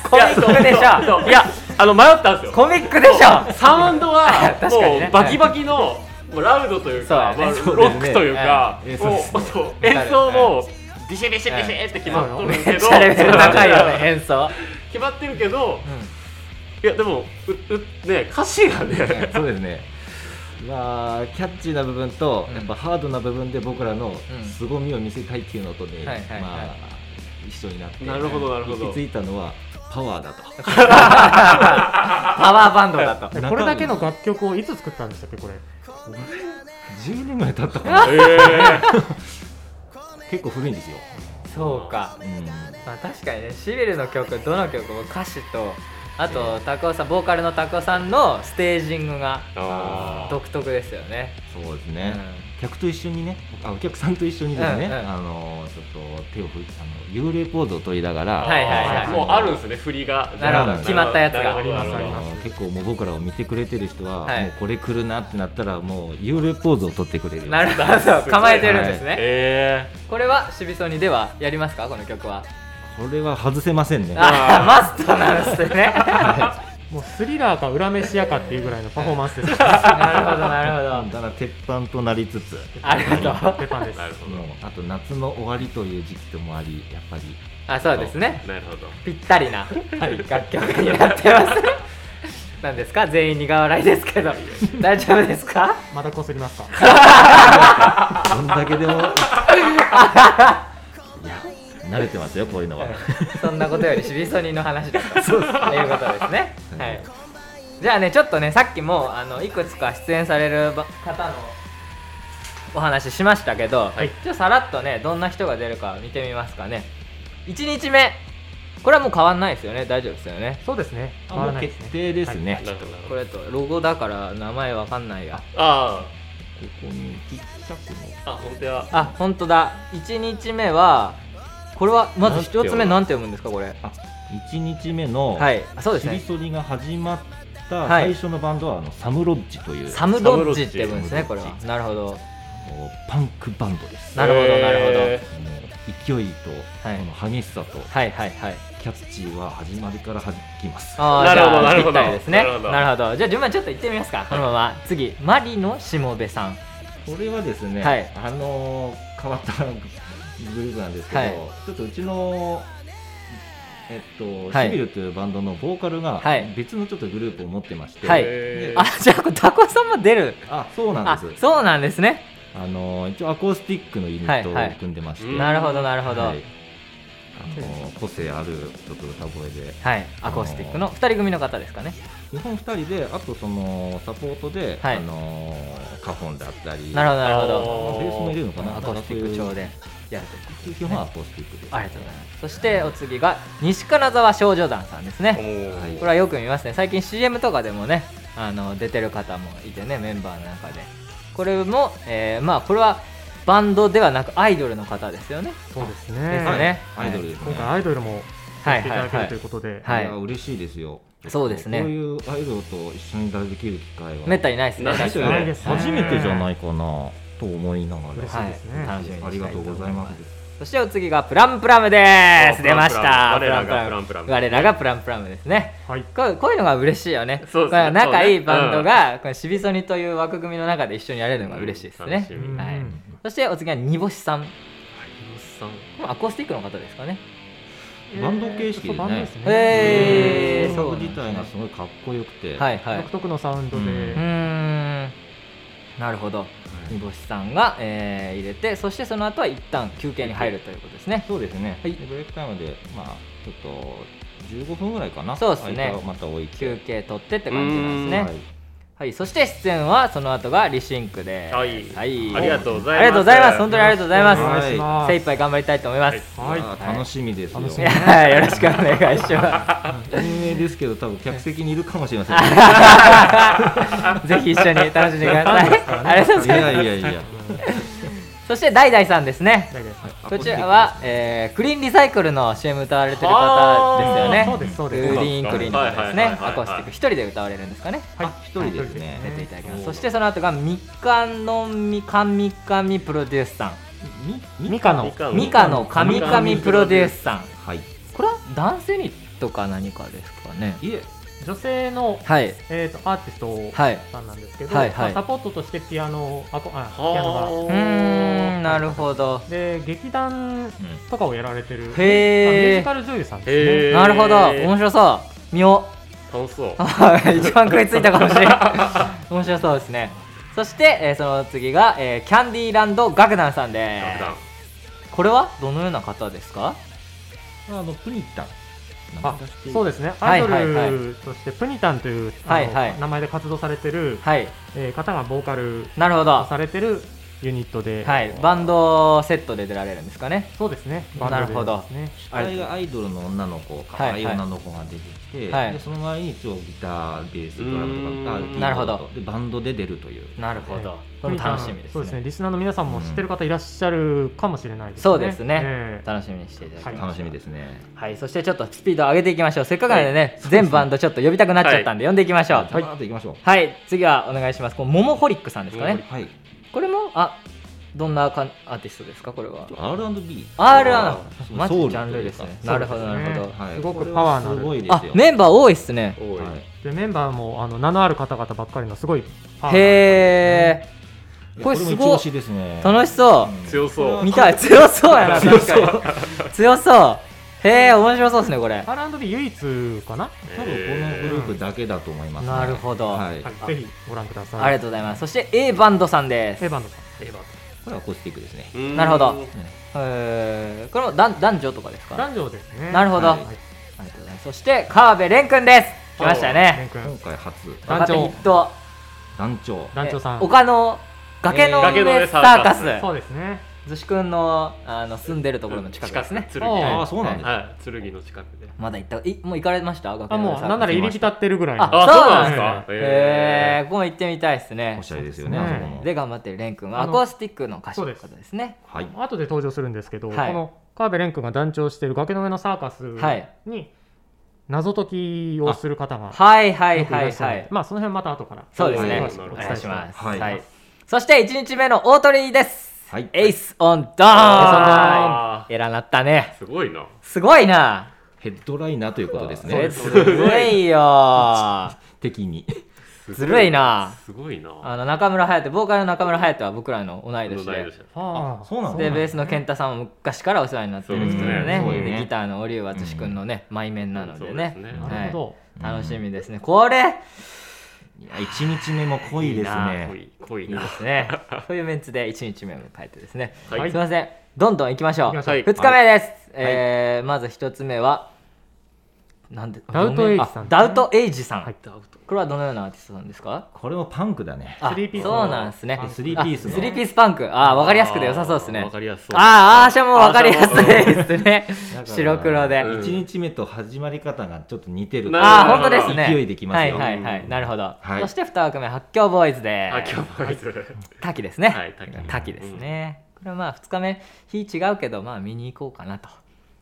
Speaker 1: コミックでし
Speaker 2: いやそ
Speaker 1: ょ
Speaker 2: うそういやあの迷ったんですよ
Speaker 1: コミックでしょ
Speaker 2: サウンドは
Speaker 1: 確かにね
Speaker 2: もうバキバキのもうラウドというか
Speaker 1: そうだね
Speaker 2: ま
Speaker 4: そ
Speaker 2: あ、
Speaker 4: う
Speaker 2: ロ
Speaker 4: ですね
Speaker 2: ックというか
Speaker 4: はいえそう
Speaker 2: も
Speaker 4: ですね
Speaker 2: うそう演奏もビシビシビシって決まっとる
Speaker 1: めっ
Speaker 2: けど
Speaker 1: ちゃレベル高いよね変 奏
Speaker 2: 決まってるけど
Speaker 1: うん
Speaker 2: いやでもううね歌詞がね
Speaker 4: そうですね。まあキャッチーな部分と、
Speaker 1: うん
Speaker 4: やっぱハードな部分で僕らの
Speaker 1: ん
Speaker 4: 凄みを見せたいっていうのとで、
Speaker 1: はいはいはい
Speaker 4: まあ一緒になって、
Speaker 2: なるほどなるほど
Speaker 4: 行き着いたのはパワー だと。
Speaker 1: パワーバンドだと
Speaker 3: えこれだけの楽曲をいつ作ったんでしたっけ、これ。
Speaker 4: 10年ぐらい 経ったかな。
Speaker 2: えー
Speaker 4: 結構古いんですよ。
Speaker 1: そうか、
Speaker 4: うん
Speaker 1: まあ、確かにねシビルの曲どの曲も歌詞とあとタコさんボーカルのタコさんのステージングが
Speaker 2: あー
Speaker 1: 独特ですよね、
Speaker 4: そうです
Speaker 1: うん
Speaker 4: ね。客と一緒にねあお客さんと一緒にですね、
Speaker 1: うんうん
Speaker 4: あのちょっと手を振あの幽霊ポーズを取りながら、
Speaker 1: はいはいはい
Speaker 2: もうあるんですね振りが
Speaker 1: な
Speaker 4: るほど決
Speaker 1: まったやつが
Speaker 2: なるほどなるほ
Speaker 3: あ
Speaker 2: ど
Speaker 3: り
Speaker 4: あ
Speaker 3: ま
Speaker 4: の結構もう僕らを見てくれてる人は、
Speaker 1: はい
Speaker 4: もうこれ来るなってなったらもう幽霊ポーズを取ってくれる
Speaker 1: なるほど構えてるんですね、
Speaker 2: え
Speaker 1: これはシビソニではやりますかこの曲は
Speaker 4: これは外せませんね
Speaker 1: あマストなんですね
Speaker 3: もうスリラーか裏飯屋かっていうぐらいのパフォーマンスです。
Speaker 1: なるほどなるほ
Speaker 4: だから鉄板となりつつ
Speaker 1: どありがとう
Speaker 3: ペパンで
Speaker 2: ー
Speaker 3: す。
Speaker 2: なるほ
Speaker 4: もうあと夏の終わりという時期ともありやっぱり
Speaker 1: あそうですね
Speaker 2: どなるほど
Speaker 1: ぴったりな楽曲になって ますなんですか全員苦笑いですけど大丈夫です か
Speaker 3: またこすりますか。
Speaker 4: どんだけ でもいや慣れてますよこういうのは、
Speaker 1: そんなことよりシビソニの話だとそういうことですね、はい、じゃあねちょっとねさっきもあのいくつか出演されるば方のお話しましたけど、
Speaker 2: はい
Speaker 1: ちょっとさらっとねどんな人が出るか見てみますかね1日目これはもう変わんないですよね大丈夫ですよね
Speaker 3: そうですね。
Speaker 4: あもう決定ですね、
Speaker 2: なるほどなるほ
Speaker 1: こ
Speaker 2: ど
Speaker 1: れとロゴだから名前わかんないや
Speaker 2: あ
Speaker 4: ここにちっちゃくの
Speaker 2: ああ本当は
Speaker 1: あ本当だ1日目はこれはまず1つ目な
Speaker 2: なん
Speaker 1: て読むんですかこれ
Speaker 4: 1日目の、
Speaker 1: はいあそうです
Speaker 4: シビ
Speaker 1: ね
Speaker 4: ソリが始まった
Speaker 1: はい
Speaker 4: 最初のバンドはあのサムロッジという
Speaker 1: サムドッジって読むんですね
Speaker 4: サ
Speaker 1: こ
Speaker 4: ム
Speaker 1: れ
Speaker 4: ロッジ
Speaker 1: はなるほど
Speaker 4: もうパンクバンドです。
Speaker 1: なるほどなるほど
Speaker 2: え
Speaker 4: もう勢いと、
Speaker 1: はい
Speaker 4: この激しさと
Speaker 1: はいはいはい
Speaker 4: キャッチーは始まりから弾きます。
Speaker 1: あー
Speaker 2: なるほど
Speaker 1: じゃあ
Speaker 2: なるほど
Speaker 1: ぴったりですね
Speaker 2: なるほど
Speaker 1: なるほどじゃあ順番ちょっと行ってみますかこのまま次マリのしもべさん
Speaker 4: これはですね、
Speaker 1: はい
Speaker 4: あのー変わった グループなんですけど、
Speaker 1: はい
Speaker 4: ちょっとうちの。えっと、
Speaker 1: はい
Speaker 4: シビルというバンドのボーカルが
Speaker 1: はい
Speaker 4: 別のちょっとグループを持ってまして、
Speaker 1: はい
Speaker 2: え
Speaker 1: あじゃあこれタコさんも出る
Speaker 4: あそうなん
Speaker 1: あ
Speaker 4: です
Speaker 1: そうなんですね
Speaker 4: あのー一応アコースティックのユニット
Speaker 1: はいは
Speaker 4: を
Speaker 1: い
Speaker 4: 組んでまして、
Speaker 2: うん
Speaker 1: なるほどなるほど
Speaker 4: はいあの個性あるちょっと歌声で
Speaker 1: はいアコースティックの2人組の方ですかね
Speaker 4: 日本2人であとそのサポートで、
Speaker 1: はい
Speaker 4: あのカホンであったり
Speaker 1: なるほどなるほ
Speaker 4: ベ
Speaker 1: ど
Speaker 4: ースもいるのかな
Speaker 1: アコースティック調でやる
Speaker 4: 基本はアコースティックで
Speaker 1: とありがとうございますそしてお次が西金沢少女団さんですね
Speaker 2: ーおー
Speaker 1: これはよく見ますね最近 CM とかでもねあの出てる方もいてねメンバーの中でこれも、えーまあこれはバンドではなくアイドルの方ですよね
Speaker 3: そうで
Speaker 1: で
Speaker 3: す
Speaker 1: すよ
Speaker 3: ね。
Speaker 1: ね、
Speaker 4: アイドルですね
Speaker 3: 今回アイドルも
Speaker 1: は
Speaker 3: や
Speaker 1: いは
Speaker 3: って
Speaker 1: い
Speaker 3: い
Speaker 1: はい
Speaker 3: ただけるということで。
Speaker 1: はい
Speaker 4: や嬉しいですよ
Speaker 1: そうですね
Speaker 4: こういうアイドルと一緒にできる機会は
Speaker 1: めったにないですね
Speaker 2: ない
Speaker 1: 確か
Speaker 3: な
Speaker 1: に
Speaker 3: いですね
Speaker 4: 初めてじゃないかなと思いなが
Speaker 3: 嬉し
Speaker 4: ら
Speaker 3: いです
Speaker 1: は
Speaker 3: ね。
Speaker 1: い楽しみにした
Speaker 4: あり
Speaker 1: と
Speaker 4: が
Speaker 1: 思
Speaker 4: とうございます
Speaker 1: そしてお次がプランプラムです
Speaker 2: お
Speaker 1: 出ました
Speaker 2: プランプラム
Speaker 1: プラ
Speaker 2: 我らがプランプラム
Speaker 1: 我らがプランプラムですね
Speaker 3: はい。
Speaker 1: こうこういうのが嬉しいよね
Speaker 2: そうですね
Speaker 1: この仲いい
Speaker 2: そうね
Speaker 1: バンドが、このシビソニという枠組みの中で一緒にやれるのが嬉しいです
Speaker 2: 楽
Speaker 1: ね
Speaker 2: し、
Speaker 3: う
Speaker 2: み
Speaker 3: ん
Speaker 1: はいそしてお次は煮干しさんこれもアコースティックの方ですかね
Speaker 4: バンド形式でね
Speaker 3: そうバンドですね。
Speaker 1: へえー、
Speaker 4: 音
Speaker 1: そう
Speaker 4: 楽自体がすごいかっこよくて、
Speaker 1: はいはい
Speaker 3: 独特のサウンド
Speaker 4: う
Speaker 1: う
Speaker 3: で
Speaker 1: ー。んなるほど煮干しさんが、えー入れてそしてその後は一旦休憩に入るということですね
Speaker 4: そうですね、
Speaker 1: はい
Speaker 4: でブレイクタイムで、まあ、ちょっと15分ぐらいかな、
Speaker 1: そうですね
Speaker 4: 間をまた置いて
Speaker 1: 休憩取ってって感じなんですね、
Speaker 4: はい
Speaker 1: はい、そして出演はその後がリシンクで、
Speaker 2: はい
Speaker 1: はい、
Speaker 2: ありがとうございます
Speaker 1: ありがとうございます本当にありがとうございます
Speaker 3: お願いします
Speaker 1: 精一杯頑張りたいと思います、
Speaker 3: はい
Speaker 4: あー楽しみですよ。
Speaker 3: 楽し
Speaker 1: い
Speaker 3: み
Speaker 4: いや
Speaker 1: やよろしくお願いしま
Speaker 4: 有名ですけど、多分客席にいるかもしれません。
Speaker 1: すぜひ一緒に楽しんでください ありがとうご
Speaker 4: い
Speaker 1: ざいます
Speaker 4: やいや いや。
Speaker 1: そしてダイダイさんですね
Speaker 3: 大丈夫です
Speaker 1: こちらは、えー、クリーンリサイクルの CM 歌われてる方ですよね
Speaker 2: あー
Speaker 3: そうですそう
Speaker 1: ク
Speaker 3: です
Speaker 1: リーンクリーンとかですね
Speaker 2: はいはいはいはいはい
Speaker 1: アコースティック一人で歌われるんですかね
Speaker 3: はい
Speaker 4: 一人ですね。
Speaker 1: 出ていただきます
Speaker 2: おー
Speaker 1: そしてその後がみかのみかみかみプロデュースさ
Speaker 3: みミカの
Speaker 1: んみかのかみかみプロデュースさん
Speaker 4: はい。
Speaker 1: これは男性にとか何かですかね
Speaker 4: いえ、
Speaker 3: 女性の
Speaker 1: はい
Speaker 3: えーとアーティスト
Speaker 1: はい
Speaker 3: さんなんですけど、
Speaker 1: はいはい
Speaker 3: まあサポートとしてピアノをあこあピアノ
Speaker 1: う
Speaker 2: は
Speaker 1: ーんなるほど
Speaker 3: がで劇団
Speaker 4: う
Speaker 3: とかをやられてる、あミ
Speaker 1: へー
Speaker 3: ュージカル女優さんです
Speaker 2: へー
Speaker 3: ね。
Speaker 1: なるほど面白そう見よう
Speaker 2: 楽しそう
Speaker 1: はい 一番食いついたかもしれない面白そうですねそして、えーその次が、えーキャンディーランド楽団さんで
Speaker 2: 楽団
Speaker 1: すこれはどのような方ですか
Speaker 4: あのプニタン。
Speaker 3: あそうですね、
Speaker 1: は
Speaker 3: ア
Speaker 1: い
Speaker 3: イド
Speaker 1: はいはい
Speaker 3: ルとしてプニタンという、あの
Speaker 1: はいはい
Speaker 3: 名前で活動されてる、
Speaker 1: はい
Speaker 3: えー方がボーカル
Speaker 1: なるほ
Speaker 3: を
Speaker 1: ど
Speaker 3: されてるユニットで、
Speaker 1: はいバンドセットで出られるんですかね
Speaker 3: そうですね、バンドで
Speaker 1: なるほど
Speaker 3: ですね
Speaker 4: 主体がアイドルの女の子、可愛い女の子が出てきて、
Speaker 1: はいはい
Speaker 4: でその前に一応ギター、ベース、ドラムとか
Speaker 2: うーん
Speaker 4: あキーボードと
Speaker 1: なるほど
Speaker 4: でバンドで出るという。
Speaker 1: なるほどこ
Speaker 3: プ
Speaker 1: れ
Speaker 3: ニ
Speaker 1: も
Speaker 3: タン
Speaker 1: 楽しみで
Speaker 3: そうですすね
Speaker 1: ね
Speaker 3: リスナーの皆さんも知ってる方いらっしゃるかもしれないですね。
Speaker 1: そうですね
Speaker 3: ええ
Speaker 1: 楽しみにしていただきま
Speaker 3: は
Speaker 1: す
Speaker 3: い
Speaker 4: 楽しみですね。
Speaker 1: はい、そしてちょっとスピードを上げていきましょうせっかくなのでね、全バンドちょっと呼びたくなっちゃったんで、呼んでいきましょう
Speaker 4: はい、あと行きましょう。
Speaker 1: はい、次はお願いします。このモモホリックさんですかね。
Speaker 4: はい。
Speaker 1: これも、あ、どんなかんアーティストですか、これは。
Speaker 4: R&B。
Speaker 1: R な
Speaker 4: そ
Speaker 1: の。
Speaker 4: う
Speaker 1: マジ
Speaker 4: ソ
Speaker 1: ジ
Speaker 4: ウルと
Speaker 1: ャンル
Speaker 4: い
Speaker 1: で
Speaker 4: う
Speaker 1: す
Speaker 4: か
Speaker 1: ね。なるほど、なるほど。
Speaker 4: はい
Speaker 3: すごくパワーのある
Speaker 4: すごいです
Speaker 1: あ
Speaker 4: よ。、
Speaker 1: メンバー多いっすね。
Speaker 2: 多い
Speaker 4: はい
Speaker 3: でメンバーもあの名のある方々ばっかりのすごいパワー
Speaker 1: へえ、これすごい
Speaker 4: も一押しですね。
Speaker 1: 楽しそ
Speaker 4: うん
Speaker 2: 強そう
Speaker 1: う。見たい、強そうやな、確かに。強そう。へえ、面白そうですね、これ。
Speaker 3: R&B 唯一かな、
Speaker 4: 多分このグループだけだと思いますね。
Speaker 1: なるほど
Speaker 4: はい。
Speaker 3: はい、ぜひご覧ください。
Speaker 1: ありがとうございます。そして A バンドさんです。
Speaker 3: A バンドさん
Speaker 4: これはアコースティックですね。
Speaker 2: うん
Speaker 1: なるほどえーこれも男男女とかですか
Speaker 3: 男女ですね。
Speaker 1: なるほど、
Speaker 4: はい
Speaker 1: ありがとうございますそして川辺蓮くんです来ました
Speaker 3: レン
Speaker 1: ね
Speaker 3: 君
Speaker 4: 今回初
Speaker 3: 団
Speaker 1: 若
Speaker 3: 長
Speaker 1: 手筆頭
Speaker 4: 団長。
Speaker 3: 団長さん。
Speaker 1: 丘の崖の
Speaker 2: えー
Speaker 1: 上サーカス
Speaker 2: 崖の上
Speaker 3: そうですね。
Speaker 1: 逗子くんのあの住んでるところの近くですね
Speaker 2: 近
Speaker 3: あ
Speaker 2: 剣
Speaker 3: ー
Speaker 4: ああ、そうなんですね。
Speaker 2: はい剣の近くで
Speaker 1: まだ行ったいもう行かれました崖
Speaker 3: あ
Speaker 1: の
Speaker 3: も
Speaker 1: 上
Speaker 3: う
Speaker 1: サーカス
Speaker 3: なんなら入り浸ってるぐらいの。
Speaker 1: あ
Speaker 2: あそうなんです
Speaker 3: は
Speaker 2: か
Speaker 3: い
Speaker 1: へえ
Speaker 2: え
Speaker 1: ここも行ってみたいですね
Speaker 4: おしゃれですよね、
Speaker 3: そうです
Speaker 4: あ
Speaker 3: ね
Speaker 4: そこも。
Speaker 1: で頑張ってる蓮くんは
Speaker 3: あ
Speaker 1: ア
Speaker 3: の
Speaker 1: コースティックの歌手の方ですね
Speaker 4: はい。
Speaker 3: 後で登場するんですけど、
Speaker 1: はい
Speaker 3: この川辺蓮君が団長している崖の上のサーカスに、
Speaker 1: はい
Speaker 3: 謎解きをする方が
Speaker 1: はいはい
Speaker 3: よくい
Speaker 1: は
Speaker 3: らっ
Speaker 1: い
Speaker 3: しゃ
Speaker 1: は
Speaker 3: る
Speaker 1: い
Speaker 3: まあその辺また後から
Speaker 1: そうですね
Speaker 3: 詳
Speaker 1: お
Speaker 3: しくお
Speaker 1: 願
Speaker 3: 伝え
Speaker 1: い
Speaker 3: し
Speaker 1: し
Speaker 3: ま
Speaker 1: ますす
Speaker 4: はい
Speaker 1: はいそして1日目の大鳥居です
Speaker 4: はい。
Speaker 1: エイスオンド
Speaker 2: あ
Speaker 1: ーン
Speaker 2: ー
Speaker 1: えらなったね
Speaker 2: すごいな
Speaker 1: すごいな
Speaker 4: ヘッドライナーということです
Speaker 1: え
Speaker 4: ね。
Speaker 1: すごいよ
Speaker 4: 的に。
Speaker 2: すごい
Speaker 1: ずるいな
Speaker 2: すごいな
Speaker 1: あの中村隼人ボーカルの中村隼人は僕らの同い
Speaker 2: 同
Speaker 1: 年
Speaker 2: い年
Speaker 1: で
Speaker 3: あ
Speaker 4: あそうなんだ
Speaker 1: でベースの健太さんも昔からお世話になってる人でね
Speaker 4: そうですね
Speaker 1: で
Speaker 4: そうね
Speaker 1: ギターの織生敦君のね前面なのでね
Speaker 2: そうですね
Speaker 1: はい
Speaker 3: なるほ
Speaker 4: ど
Speaker 1: 楽しみですねこれ
Speaker 4: いや、一日目も濃いです
Speaker 2: 濃
Speaker 4: ね。
Speaker 2: い濃い
Speaker 1: いい
Speaker 2: な
Speaker 1: ですねそういうメンツで1日目を迎えてですねす
Speaker 2: はい
Speaker 1: いませんどんどん行きましょう
Speaker 3: 行きましょう
Speaker 1: 2日目ですえーまず1つ目はなんで
Speaker 3: ダウトエイジさん
Speaker 1: あダウトエイジさん
Speaker 3: はい
Speaker 2: ダウト
Speaker 1: これはどのようなアーティストさんですか
Speaker 4: これもパンクだね。
Speaker 1: あ
Speaker 3: スリーピースの
Speaker 1: そうなんですね
Speaker 4: スリーピースの
Speaker 1: あスリーピースパンクああ分かりやすくて良さそうです
Speaker 2: あー
Speaker 1: ね
Speaker 2: わかりやすそ
Speaker 1: あ
Speaker 2: う
Speaker 1: あアーシャも分かりやすいですね
Speaker 4: だから
Speaker 1: 白黒で、
Speaker 2: うん
Speaker 4: 一日目と始まり方がちょっと似てる。
Speaker 1: ああ
Speaker 2: なる
Speaker 1: 本
Speaker 2: ほ
Speaker 1: 当
Speaker 2: ど
Speaker 1: ですね
Speaker 4: 勢いできますよ。
Speaker 1: はいはいはいなるほど、
Speaker 4: はい
Speaker 1: そして2枠目発狂ボーイズで
Speaker 2: あ今日もあいつ
Speaker 1: 滝ですね、
Speaker 2: はい滝
Speaker 1: 滝ですね、これはまあ2日目日違うけどまあ見に行こうかなと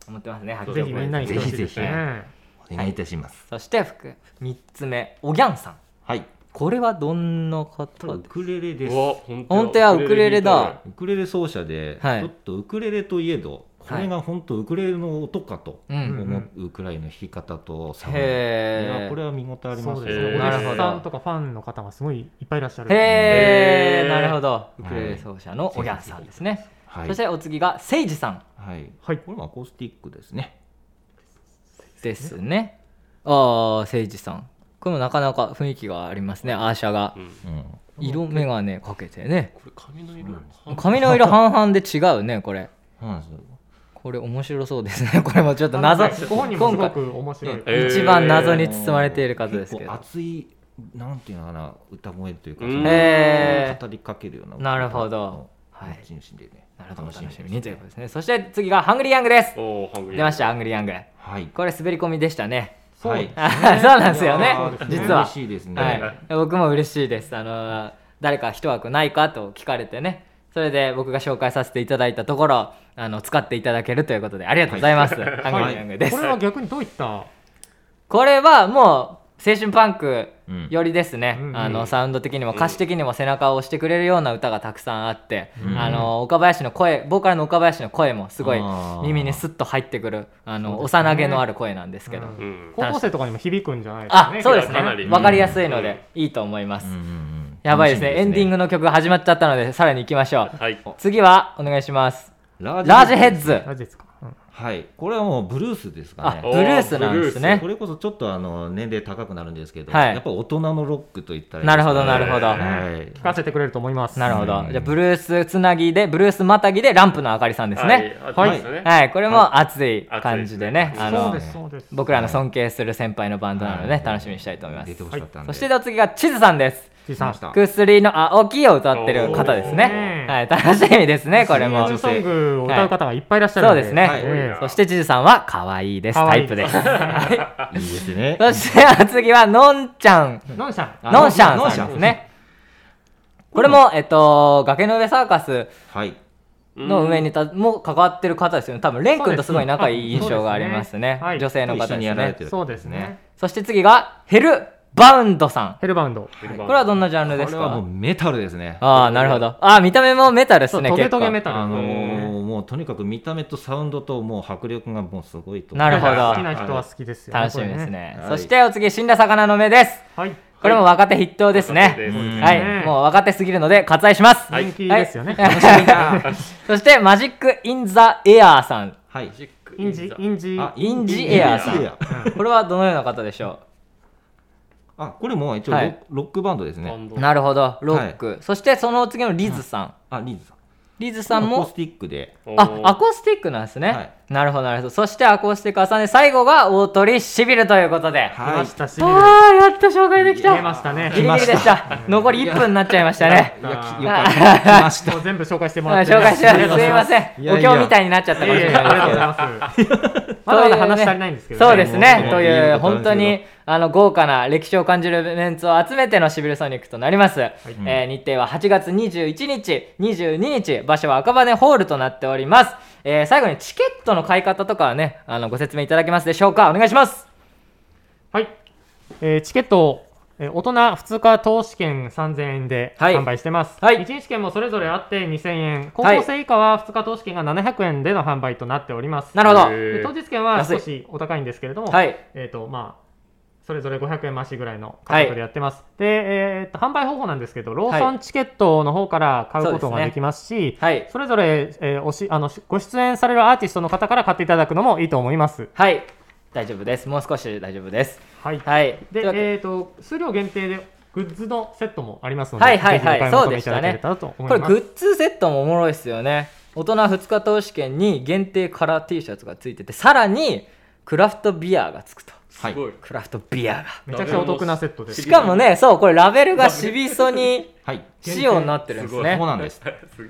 Speaker 1: 思ってますね発
Speaker 3: ど
Speaker 1: 狂
Speaker 3: ぜ
Speaker 1: ボーイ
Speaker 3: ひみ
Speaker 1: ズ
Speaker 3: んなに来てほしいです
Speaker 4: ぜひ
Speaker 3: ね
Speaker 4: お願いいたします。
Speaker 1: そして3つ目おぎゃんさん
Speaker 4: はい。
Speaker 1: これはどんな方
Speaker 4: ウクレレです
Speaker 2: う。わ本
Speaker 1: 本当やウクレレだ
Speaker 4: ウクレレ奏者で、
Speaker 1: はい
Speaker 4: ちょっとウクレレといえど、これが本当ウクレレの音かと
Speaker 1: うん
Speaker 4: 思うくらいの弾き方とサウンド。い
Speaker 1: へえ
Speaker 4: やこれは見応えあります
Speaker 3: そう
Speaker 4: よ
Speaker 3: です
Speaker 2: へ
Speaker 3: ね
Speaker 2: ー
Speaker 3: お
Speaker 1: なる
Speaker 3: 弟
Speaker 1: ほ
Speaker 3: 子
Speaker 1: ど
Speaker 3: さんとかファンの方がすごいいっぱいいらっしゃる
Speaker 1: へ
Speaker 2: へ
Speaker 1: え
Speaker 2: ー
Speaker 1: なるほどウ
Speaker 4: い
Speaker 1: クレレ奏者のおぎゃんさんですね、
Speaker 4: はい
Speaker 1: そし。てお次がせいじさん
Speaker 4: はい。
Speaker 3: はい
Speaker 4: これもアコースティックですね。
Speaker 1: ですねああせいじさんこれもなかなか雰囲気がありますねアーシャが
Speaker 2: うん
Speaker 4: うん。
Speaker 1: 色眼鏡かけてね
Speaker 2: これ髪の色
Speaker 1: 髪の色半々で違うねこれ
Speaker 4: そうなんですよ。
Speaker 1: これ面白白そうですねこ れもちょっと
Speaker 3: 謎
Speaker 1: 謎
Speaker 3: ご本人もす
Speaker 1: 今
Speaker 3: ご
Speaker 1: 回
Speaker 3: く面白い
Speaker 2: えー
Speaker 1: 一番謎に包まれている方ですけ
Speaker 4: 結
Speaker 1: ど
Speaker 4: 構熱いなんていうのかな歌声というか、
Speaker 2: うん
Speaker 4: その
Speaker 1: へー
Speaker 4: 語りかけるような
Speaker 1: なるほどはい
Speaker 4: 一日でね
Speaker 1: なるほど楽しみ
Speaker 4: で
Speaker 1: に
Speaker 4: す
Speaker 1: と
Speaker 4: ね
Speaker 1: いうことですねそして次がハングリーヤングです
Speaker 2: おおハングリー
Speaker 1: 出ましたハングリーヤング
Speaker 4: はい
Speaker 1: これ滑り込みでしたね
Speaker 4: は
Speaker 1: そ
Speaker 4: いう
Speaker 1: なんですよ
Speaker 4: い
Speaker 1: ね
Speaker 4: やー
Speaker 1: 実は
Speaker 4: 嬉しいですね、
Speaker 1: はい、僕も嬉しいですあの誰か一枠ないかと聞かれてねそれで僕が紹介させていただいたところあの使っていただけるということでありがとうございます、ハングリーヤングです、
Speaker 3: これは逆にどういった
Speaker 1: これはもう青春パンク
Speaker 4: うん
Speaker 1: よりですね、
Speaker 3: うん
Speaker 1: あ
Speaker 3: う
Speaker 1: の
Speaker 3: ん
Speaker 1: サウンド的にも歌詞的にも背中を押してくれるような歌がたくさんあって、
Speaker 4: うん
Speaker 1: あの岡林の声ボーカルの岡林の声もすごい
Speaker 4: あー
Speaker 1: 耳にスッと入ってくるあの、
Speaker 3: そうですね
Speaker 1: 幼毛のある声なんですけど、
Speaker 3: うん
Speaker 2: うん
Speaker 3: 高校生とかにも響くんじゃないですか
Speaker 1: あ
Speaker 3: ね
Speaker 1: そうですね
Speaker 2: かなり
Speaker 1: わかりやすいので、いいと思います、
Speaker 4: うんうんうん
Speaker 1: やばいですねエンディング
Speaker 4: 楽
Speaker 1: の曲が始まっちゃったのでさらに行きましょう
Speaker 2: はい
Speaker 1: 次はお願いします
Speaker 4: ラ
Speaker 1: ラージヘッズ
Speaker 3: ラジですか、うん
Speaker 4: はいこれはもうブルースですか
Speaker 1: あ
Speaker 4: ね
Speaker 1: ブルースなんですね
Speaker 4: これこそちょっとあの年齢高くなるんですけど、
Speaker 1: はい
Speaker 4: やっぱ大人のロックといったらいいで
Speaker 1: な
Speaker 4: すか
Speaker 1: る
Speaker 4: ね
Speaker 1: ほどなるほど、
Speaker 4: はい
Speaker 3: 聞かせてくれると思います
Speaker 1: なるほ
Speaker 4: う
Speaker 1: ど
Speaker 4: ん
Speaker 1: じゃあブルースつなぎでブルースまたぎでランプのあかりさんですね
Speaker 2: はいはいそうですね
Speaker 1: はいこれも熱い感じでね,、
Speaker 2: はい
Speaker 1: あ
Speaker 3: そう
Speaker 1: の
Speaker 3: ですそうです
Speaker 1: 僕らの尊敬する先輩のバンドなので、ね
Speaker 4: はい
Speaker 1: 楽しみにしたいと思います
Speaker 4: 出てほしかったん
Speaker 1: そ
Speaker 4: で、
Speaker 1: してお次がチズさんです
Speaker 3: じいさん
Speaker 4: 来ました
Speaker 1: 薬の青木を歌ってる方ですね
Speaker 3: おー
Speaker 1: はい楽しみですねこれも
Speaker 3: シングルソングを歌う方がいっぱいいらっしゃる
Speaker 1: そ
Speaker 3: の
Speaker 1: うですね、
Speaker 4: はい
Speaker 1: そしてチズさんは可愛いです
Speaker 3: 可
Speaker 1: タ
Speaker 3: 愛
Speaker 1: イ
Speaker 3: い
Speaker 1: プですはい
Speaker 4: いいですね
Speaker 1: そしてお次はのんちゃん
Speaker 3: ノンシャン
Speaker 4: あ
Speaker 1: のんしゃんさ
Speaker 4: のん
Speaker 1: ん
Speaker 4: し
Speaker 1: で
Speaker 4: ゃ
Speaker 1: す
Speaker 4: ん
Speaker 1: ねこれも、えっと、崖の上サーカス
Speaker 4: はい
Speaker 1: の上にた、も関わってる方ですよね多分蓮くんとすごい仲いい
Speaker 3: そ
Speaker 1: 印
Speaker 3: うです
Speaker 1: 象がありますね
Speaker 3: はい
Speaker 1: 女性の方
Speaker 4: 一緒
Speaker 1: です
Speaker 4: にやられ
Speaker 1: ね
Speaker 4: てる
Speaker 3: そうですね
Speaker 1: そして次がヘルバウンドさん
Speaker 3: ヘルバウンド
Speaker 2: これ
Speaker 1: これはどんなジャン
Speaker 4: こ
Speaker 1: ル
Speaker 4: れ
Speaker 1: です
Speaker 4: はもう
Speaker 1: か
Speaker 4: メタルですね
Speaker 1: ああなるほどああ見た目もメタルですね
Speaker 3: そうトゲ
Speaker 1: 結
Speaker 3: ト
Speaker 1: 構
Speaker 3: ゲメタル
Speaker 4: あのー
Speaker 3: ね
Speaker 4: もうとにかく見た目とサウンドともう迫力がもうすごいと思う
Speaker 1: なるほど
Speaker 3: 好きな人は好きですよね
Speaker 1: 楽しみです
Speaker 3: これね
Speaker 1: ね
Speaker 4: はい
Speaker 1: そしてお次死んだ魚の目です
Speaker 3: はい
Speaker 1: これも若手筆頭ですね
Speaker 4: うん
Speaker 1: は
Speaker 3: ね
Speaker 1: いもう若手すぎるので割愛します
Speaker 2: はい
Speaker 3: 人気ですよね
Speaker 1: はい そしてマジック・イン・ザ・エアーさん
Speaker 4: はい
Speaker 3: インジインジ
Speaker 4: あ
Speaker 1: インジエアーさ
Speaker 4: インジエ
Speaker 1: んこれはどのような方でしょ
Speaker 4: あこれも一応ロ,、
Speaker 1: はい
Speaker 4: ロックバンドですね
Speaker 1: うなるほどロック、そしてその次のリズさん、
Speaker 4: あリーズさん
Speaker 1: リズさん
Speaker 4: アコー
Speaker 1: も
Speaker 4: スティックで
Speaker 1: あアコースティックなんですね、
Speaker 4: はい
Speaker 1: なるほどなるほどそしてアコースティック挟んで最後が大鳥しびるということで、あ
Speaker 3: 来
Speaker 4: は
Speaker 3: ま
Speaker 4: い
Speaker 3: したシビル
Speaker 1: あーやっと紹介でき
Speaker 3: 出
Speaker 1: た
Speaker 3: ましたね
Speaker 1: ギリギリでした残り1分になっちゃいましたね
Speaker 4: いやき
Speaker 1: あ
Speaker 4: よかった来 ました
Speaker 3: もう全部紹介しても
Speaker 1: はい
Speaker 3: らって
Speaker 1: 紹
Speaker 3: ね
Speaker 1: 介しますすいません
Speaker 4: いやいや
Speaker 1: お経みたいになっちゃったかもしれ
Speaker 3: あり
Speaker 1: な
Speaker 3: が
Speaker 1: い
Speaker 3: と
Speaker 1: です
Speaker 3: うございます。まだまだ話し足りないんですけど、
Speaker 1: そうですね
Speaker 4: もう
Speaker 1: と
Speaker 4: いい
Speaker 1: いう
Speaker 4: ことなん
Speaker 1: 本
Speaker 4: ですけど
Speaker 1: 当にあの豪華な歴史を感じるメンツを集めてのシビルソニックとなります、えー日程は8月21日22日場所は赤羽ホールとなっております、えー最後にチケットの買い方とかはねあのご説明いただけますでしょうかお願いします
Speaker 3: はい。えーチケット、えー大人2日投資券3000円で
Speaker 1: はい
Speaker 3: 販売してます。
Speaker 1: はい
Speaker 3: 1日券もそれぞれあって2000円。高
Speaker 1: はい
Speaker 3: 校生以下は2日投資券が700円での販売となっております。
Speaker 1: なるほど
Speaker 2: へー
Speaker 3: で当日券は少しお高いんですけれども、
Speaker 1: はい
Speaker 3: えっ、と、まあ、それぞれ500円増しぐらいの価格でやってます。で、えーと、販売方法なんですけど、ローソンチケットの方から買うこと
Speaker 1: そうです
Speaker 3: が
Speaker 1: ね
Speaker 3: できますし、
Speaker 1: はい
Speaker 3: それぞれ、えーおしあのしご出演されるアーティストの方から買っていただくのもいいと思います。
Speaker 1: はい大丈夫ですもう少し大丈夫です
Speaker 3: はい。
Speaker 1: はいと
Speaker 3: で、
Speaker 1: いうわけ
Speaker 3: えっ、と、数量限定でグッズのセットもありますので、
Speaker 1: はいはいはい
Speaker 3: ぜひお買求めいただければと思
Speaker 1: こ
Speaker 3: い
Speaker 1: れ
Speaker 3: ます。
Speaker 1: グッズセットもおもろいっすよね大人2日投資券に限定カラー T シャツがついててさらにクラフトビアがつくと
Speaker 4: はい
Speaker 2: ごい
Speaker 1: クラフトビアが
Speaker 3: めちゃくちゃお得なセットです。
Speaker 1: しかもねそうこれラベルがシビソ に
Speaker 4: はい
Speaker 1: 仕様になってるんです
Speaker 2: すごい
Speaker 1: ね
Speaker 4: そうなんです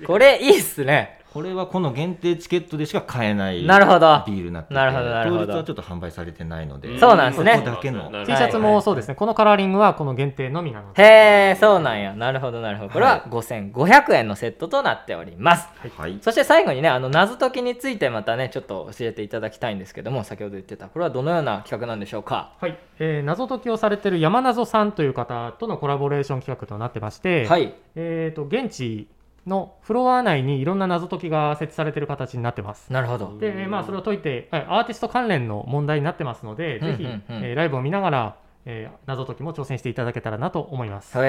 Speaker 1: これいいっす ね
Speaker 4: これはこの限定チケットでしか買えない
Speaker 1: なるほど
Speaker 4: ビールになってて
Speaker 1: なるほどなるほど
Speaker 4: 当日はちょっと販売されてないので
Speaker 1: そうなんですね
Speaker 4: ここだけ
Speaker 2: な
Speaker 4: の
Speaker 2: るほ
Speaker 3: T
Speaker 2: ど
Speaker 3: シャツもそうですね、このカラーリングはこの限定のみなので。
Speaker 1: へえそうなんやなるほどなるほどこれは5500円のセットとなっております
Speaker 4: はい
Speaker 1: そして最後にねあの謎解きについてまたねちょっと教えていただきたいんですけども先ほど言ってたこれはどのような企画なんでしょうか
Speaker 3: はい、えー謎解きをされてる山謎さんという方とのコラボレーション企画となってまして、
Speaker 1: はい
Speaker 3: えー、と現地のフロア内にいろんな謎解きが設置されてる形になってます。
Speaker 1: なるほど
Speaker 3: で、えーまあ、それを解いて、はいアーティスト関連の問題になってますので、
Speaker 1: うんうん
Speaker 3: ぜひ、
Speaker 1: うん
Speaker 3: えーライブを見ながら、えー謎解きも挑戦していただけたらなと思います。
Speaker 1: へ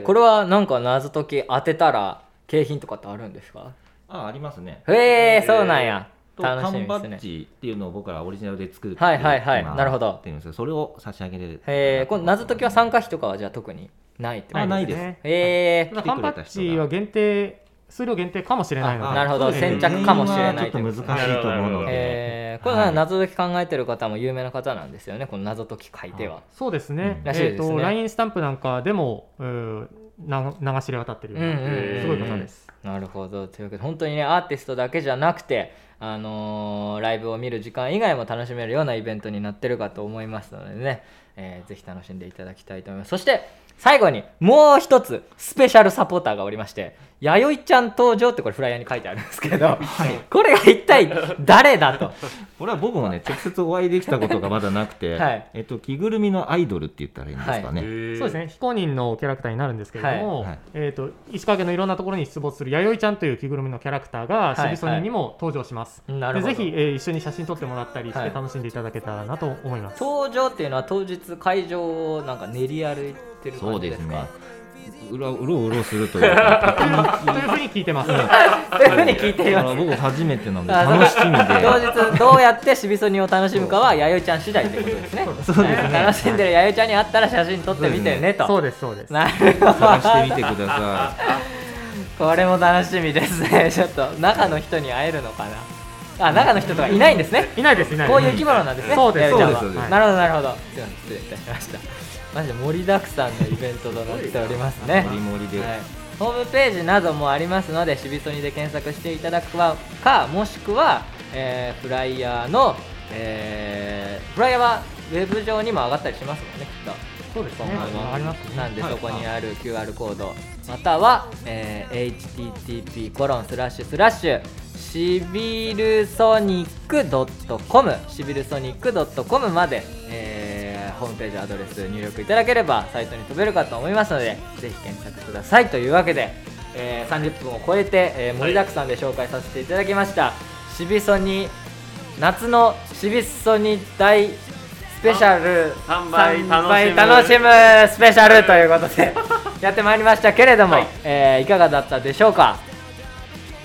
Speaker 1: えこれはなんか謎解き当てたら景品とかってあるんですか
Speaker 4: あありますね
Speaker 1: へえそうなんや
Speaker 4: と
Speaker 1: 楽し
Speaker 4: 缶
Speaker 1: み
Speaker 4: バ
Speaker 1: です
Speaker 4: ッ
Speaker 1: ね
Speaker 4: ジっていうのを僕らオリジナルで作る
Speaker 1: はいはいはい
Speaker 4: 今
Speaker 1: なるほど
Speaker 4: っていうんですけどそれを差し上げれる
Speaker 1: へえこの謎解きは参加費とかはじゃあ特にないってこと
Speaker 4: あないです
Speaker 3: ね
Speaker 1: へえ
Speaker 3: ただ
Speaker 4: 来て
Speaker 3: 缶
Speaker 4: くれ
Speaker 3: バ
Speaker 4: た人が
Speaker 3: ッジは限定数量限定かもしれないの
Speaker 1: あ
Speaker 3: で
Speaker 1: なるほど
Speaker 3: ええ
Speaker 1: 先着かもしれない
Speaker 4: ちょっと難しいと思うので、
Speaker 1: えーこれ
Speaker 4: は
Speaker 1: はい謎解き考えてる方も有名な方なんですよねこの謎解き界では、
Speaker 3: そうですね、
Speaker 4: うん
Speaker 1: らしい
Speaker 3: え
Speaker 1: で
Speaker 3: っ、
Speaker 1: すね
Speaker 3: と LINE スタンプなんかでもうーな流し入れ渡ってるような、
Speaker 1: うんうん
Speaker 2: うん
Speaker 3: すごい方です、
Speaker 1: なるほどというわけで本当にねアーティストだけじゃなくて、あのーライブを見る時間以外も楽しめるようなイベントになってるかと思いますのでね、えーぜひ楽しんでいただきたいと思いますそして最後にもう一つスペシャルサポーターがおりまして弥生ちゃん登場ってこれフライヤーに書いてあるんですけど、これが一体誰だと
Speaker 4: これは僕もね直接お会いできたことがまだなくて、
Speaker 1: はい
Speaker 4: えっと、着ぐるみのアイドルって言ったらいいんですかね、
Speaker 3: そうですね非公認のキャラクターになるんですけれども、
Speaker 4: はいはい
Speaker 3: えー、と石川県のいろんなところに出没する弥生ちゃんという着ぐるみのキャラクターが
Speaker 1: い
Speaker 3: シビソニーにも登場します、
Speaker 1: なるほど
Speaker 3: でぜひ、えー一緒に写真撮ってもらったりし
Speaker 1: は
Speaker 3: て
Speaker 1: い
Speaker 3: 楽しんでいただけたらなと思 います、
Speaker 1: 登場っていうのは当日会場をなんか練り歩いてる
Speaker 4: そ
Speaker 1: 感
Speaker 4: う
Speaker 1: じ
Speaker 4: で
Speaker 1: ですす
Speaker 4: ね
Speaker 1: か
Speaker 4: うろうろうろするというか
Speaker 3: というふうに聞い てます、
Speaker 1: というふうに聞いてい
Speaker 4: だ
Speaker 1: ま
Speaker 4: か
Speaker 1: す
Speaker 4: ら僕初めてなので
Speaker 1: あそう
Speaker 4: 楽しみで
Speaker 1: 当日どうやってしびそにを楽しむかは弥生ちゃん次第ってことですね
Speaker 4: そうですね
Speaker 1: 楽しんでる弥生ちゃんに会ったら写真撮ってみてねと
Speaker 3: そうですそうです
Speaker 1: なるほ
Speaker 4: 探してみ
Speaker 1: ど
Speaker 4: てください
Speaker 1: これも楽しみですねちょっと中の人に会えるのかなあ中の人とかいないんですね
Speaker 3: いないですいない
Speaker 1: こ
Speaker 3: で
Speaker 1: うい
Speaker 3: す
Speaker 1: う生き物なんですね
Speaker 3: そうです
Speaker 1: 弥生ちゃんは
Speaker 4: そうですそうです
Speaker 1: なるほどなるほどすいません失礼いたしましたマジで盛りだくさんのイベントとなっております ね
Speaker 4: 盛り盛りで、
Speaker 1: はい、ホームページなどもありますので、しびそにで検索していただくはか、もしくは、えーフライヤーの、えーフライヤーはウェブ上にも上がったりしますもんね、きっと。
Speaker 3: そうですね
Speaker 1: 今後
Speaker 3: ありますね
Speaker 1: なんで
Speaker 4: はい
Speaker 1: そこにある QR コード、または、えー http コロンスラッシュスラッシュシビルソニック .com シビルソニック .com まで、えーホームページアドレス入力いただければサイトに飛べるかと思いますのでぜひ検索くださいというわけで、えー30分を超えて、えー盛りだくさんで紹介させていただきました、シビソニ夏のシビソニ大スペシャル
Speaker 2: 三倍楽しむ
Speaker 1: 三倍楽しむスペシャルということでやってまいりましたけれども、
Speaker 2: はい
Speaker 1: いえーいかがだったでしょうか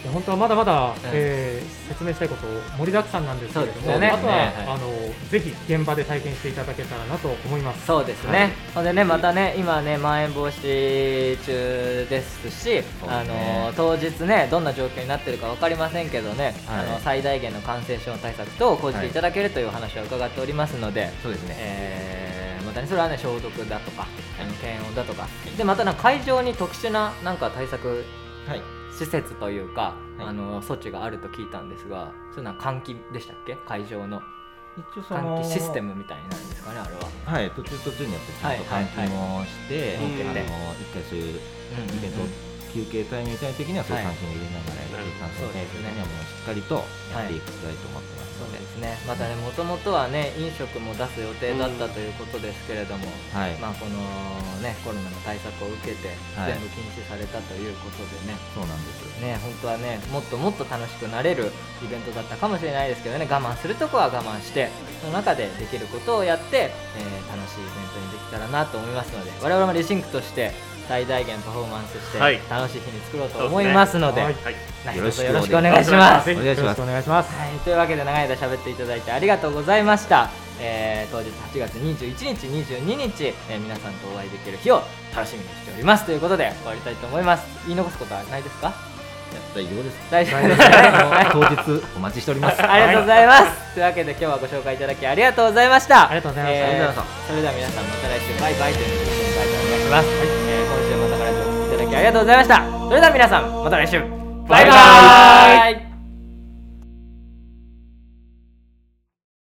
Speaker 3: いや本当はまだまだ、えー説明したいこと盛りだくさんなんですけれど
Speaker 1: そう
Speaker 3: も、
Speaker 1: ですね
Speaker 3: あとは、
Speaker 1: はい
Speaker 3: あのぜひ現場で体験していただけたらなと思います。
Speaker 1: そうですね、ほんでねまたね今ねまん延防止中ですしあの当日ねどんな状況になってるか分かりませんけどね、
Speaker 4: はい
Speaker 1: あの最大限の感染症対策等を講じていただけるというお話を伺っておりますので、
Speaker 4: そうですね
Speaker 1: えーまたねそれはね消毒だとかあの検温だとかでまたなんか会場に特殊ななんか対策
Speaker 4: はい
Speaker 1: 施設というか、
Speaker 4: はい
Speaker 1: あの措置があると聞いたんですがそれなんか換気でしたっけ会場の
Speaker 4: 一応その
Speaker 1: 換気システムみたいになるんですかねあれは、
Speaker 4: はい途中途中にやっぱりちゃんと換気もし
Speaker 2: は
Speaker 4: て、
Speaker 2: いはいはい
Speaker 4: あの一回そういうイベント
Speaker 1: うん
Speaker 4: 休憩タイムみたいな時にはそういう
Speaker 1: はい
Speaker 4: 関心を入れながらやる
Speaker 2: な
Speaker 1: ほ
Speaker 2: る
Speaker 4: 感
Speaker 1: ど
Speaker 4: 染対策にはもうしっかりとやっていきたいと思ってます、
Speaker 1: そうですねまたねもともとはね飲食も出す予定だったということですけれども、
Speaker 4: はい、
Speaker 1: まあこのねコロナの対策を受けて
Speaker 4: はい
Speaker 1: 全部禁止されたということでね、
Speaker 4: そうなんです
Speaker 1: ね、本当はねもっともっと楽しくなれるイベントだったかもしれないですけどね我慢するとこは我慢してその中でできることをやって、えー楽しいイベントにできたらなと思いますので我々もリシンクとして最大限パフォーマンスして
Speaker 2: はい
Speaker 1: 楽しい日に作ろうと思いますので,、
Speaker 3: そうです
Speaker 2: はい
Speaker 1: 何卒よ
Speaker 4: よ
Speaker 1: ろし
Speaker 4: ろし
Speaker 1: く
Speaker 4: く
Speaker 1: お
Speaker 4: お
Speaker 1: 願
Speaker 4: 願
Speaker 1: いします。
Speaker 3: ぜひ
Speaker 4: お願いします
Speaker 3: よろくお願いします。
Speaker 1: はい、というわけで長い間喋っていただいてありがとうございました、えー当日8月21日22日、えー皆さんとお会いできる日を楽しみにしておりますということで終わりたいと思います言い残すことはないですか
Speaker 4: 大丈夫 です
Speaker 1: 大丈夫ですかねはい
Speaker 4: 当日お待ちしております
Speaker 1: ありがとうございます。というわけで今日はご紹介いただきありがとうございました。
Speaker 3: ありがとうございま
Speaker 1: え
Speaker 3: した
Speaker 1: ー
Speaker 3: ありがとう
Speaker 1: それでは皆さんまた来週バイバイということでバイバイお願いします。えー今週もまたご来場いただきありがとうございました。それでは皆さんまた来週バイバ
Speaker 3: バイ
Speaker 1: イ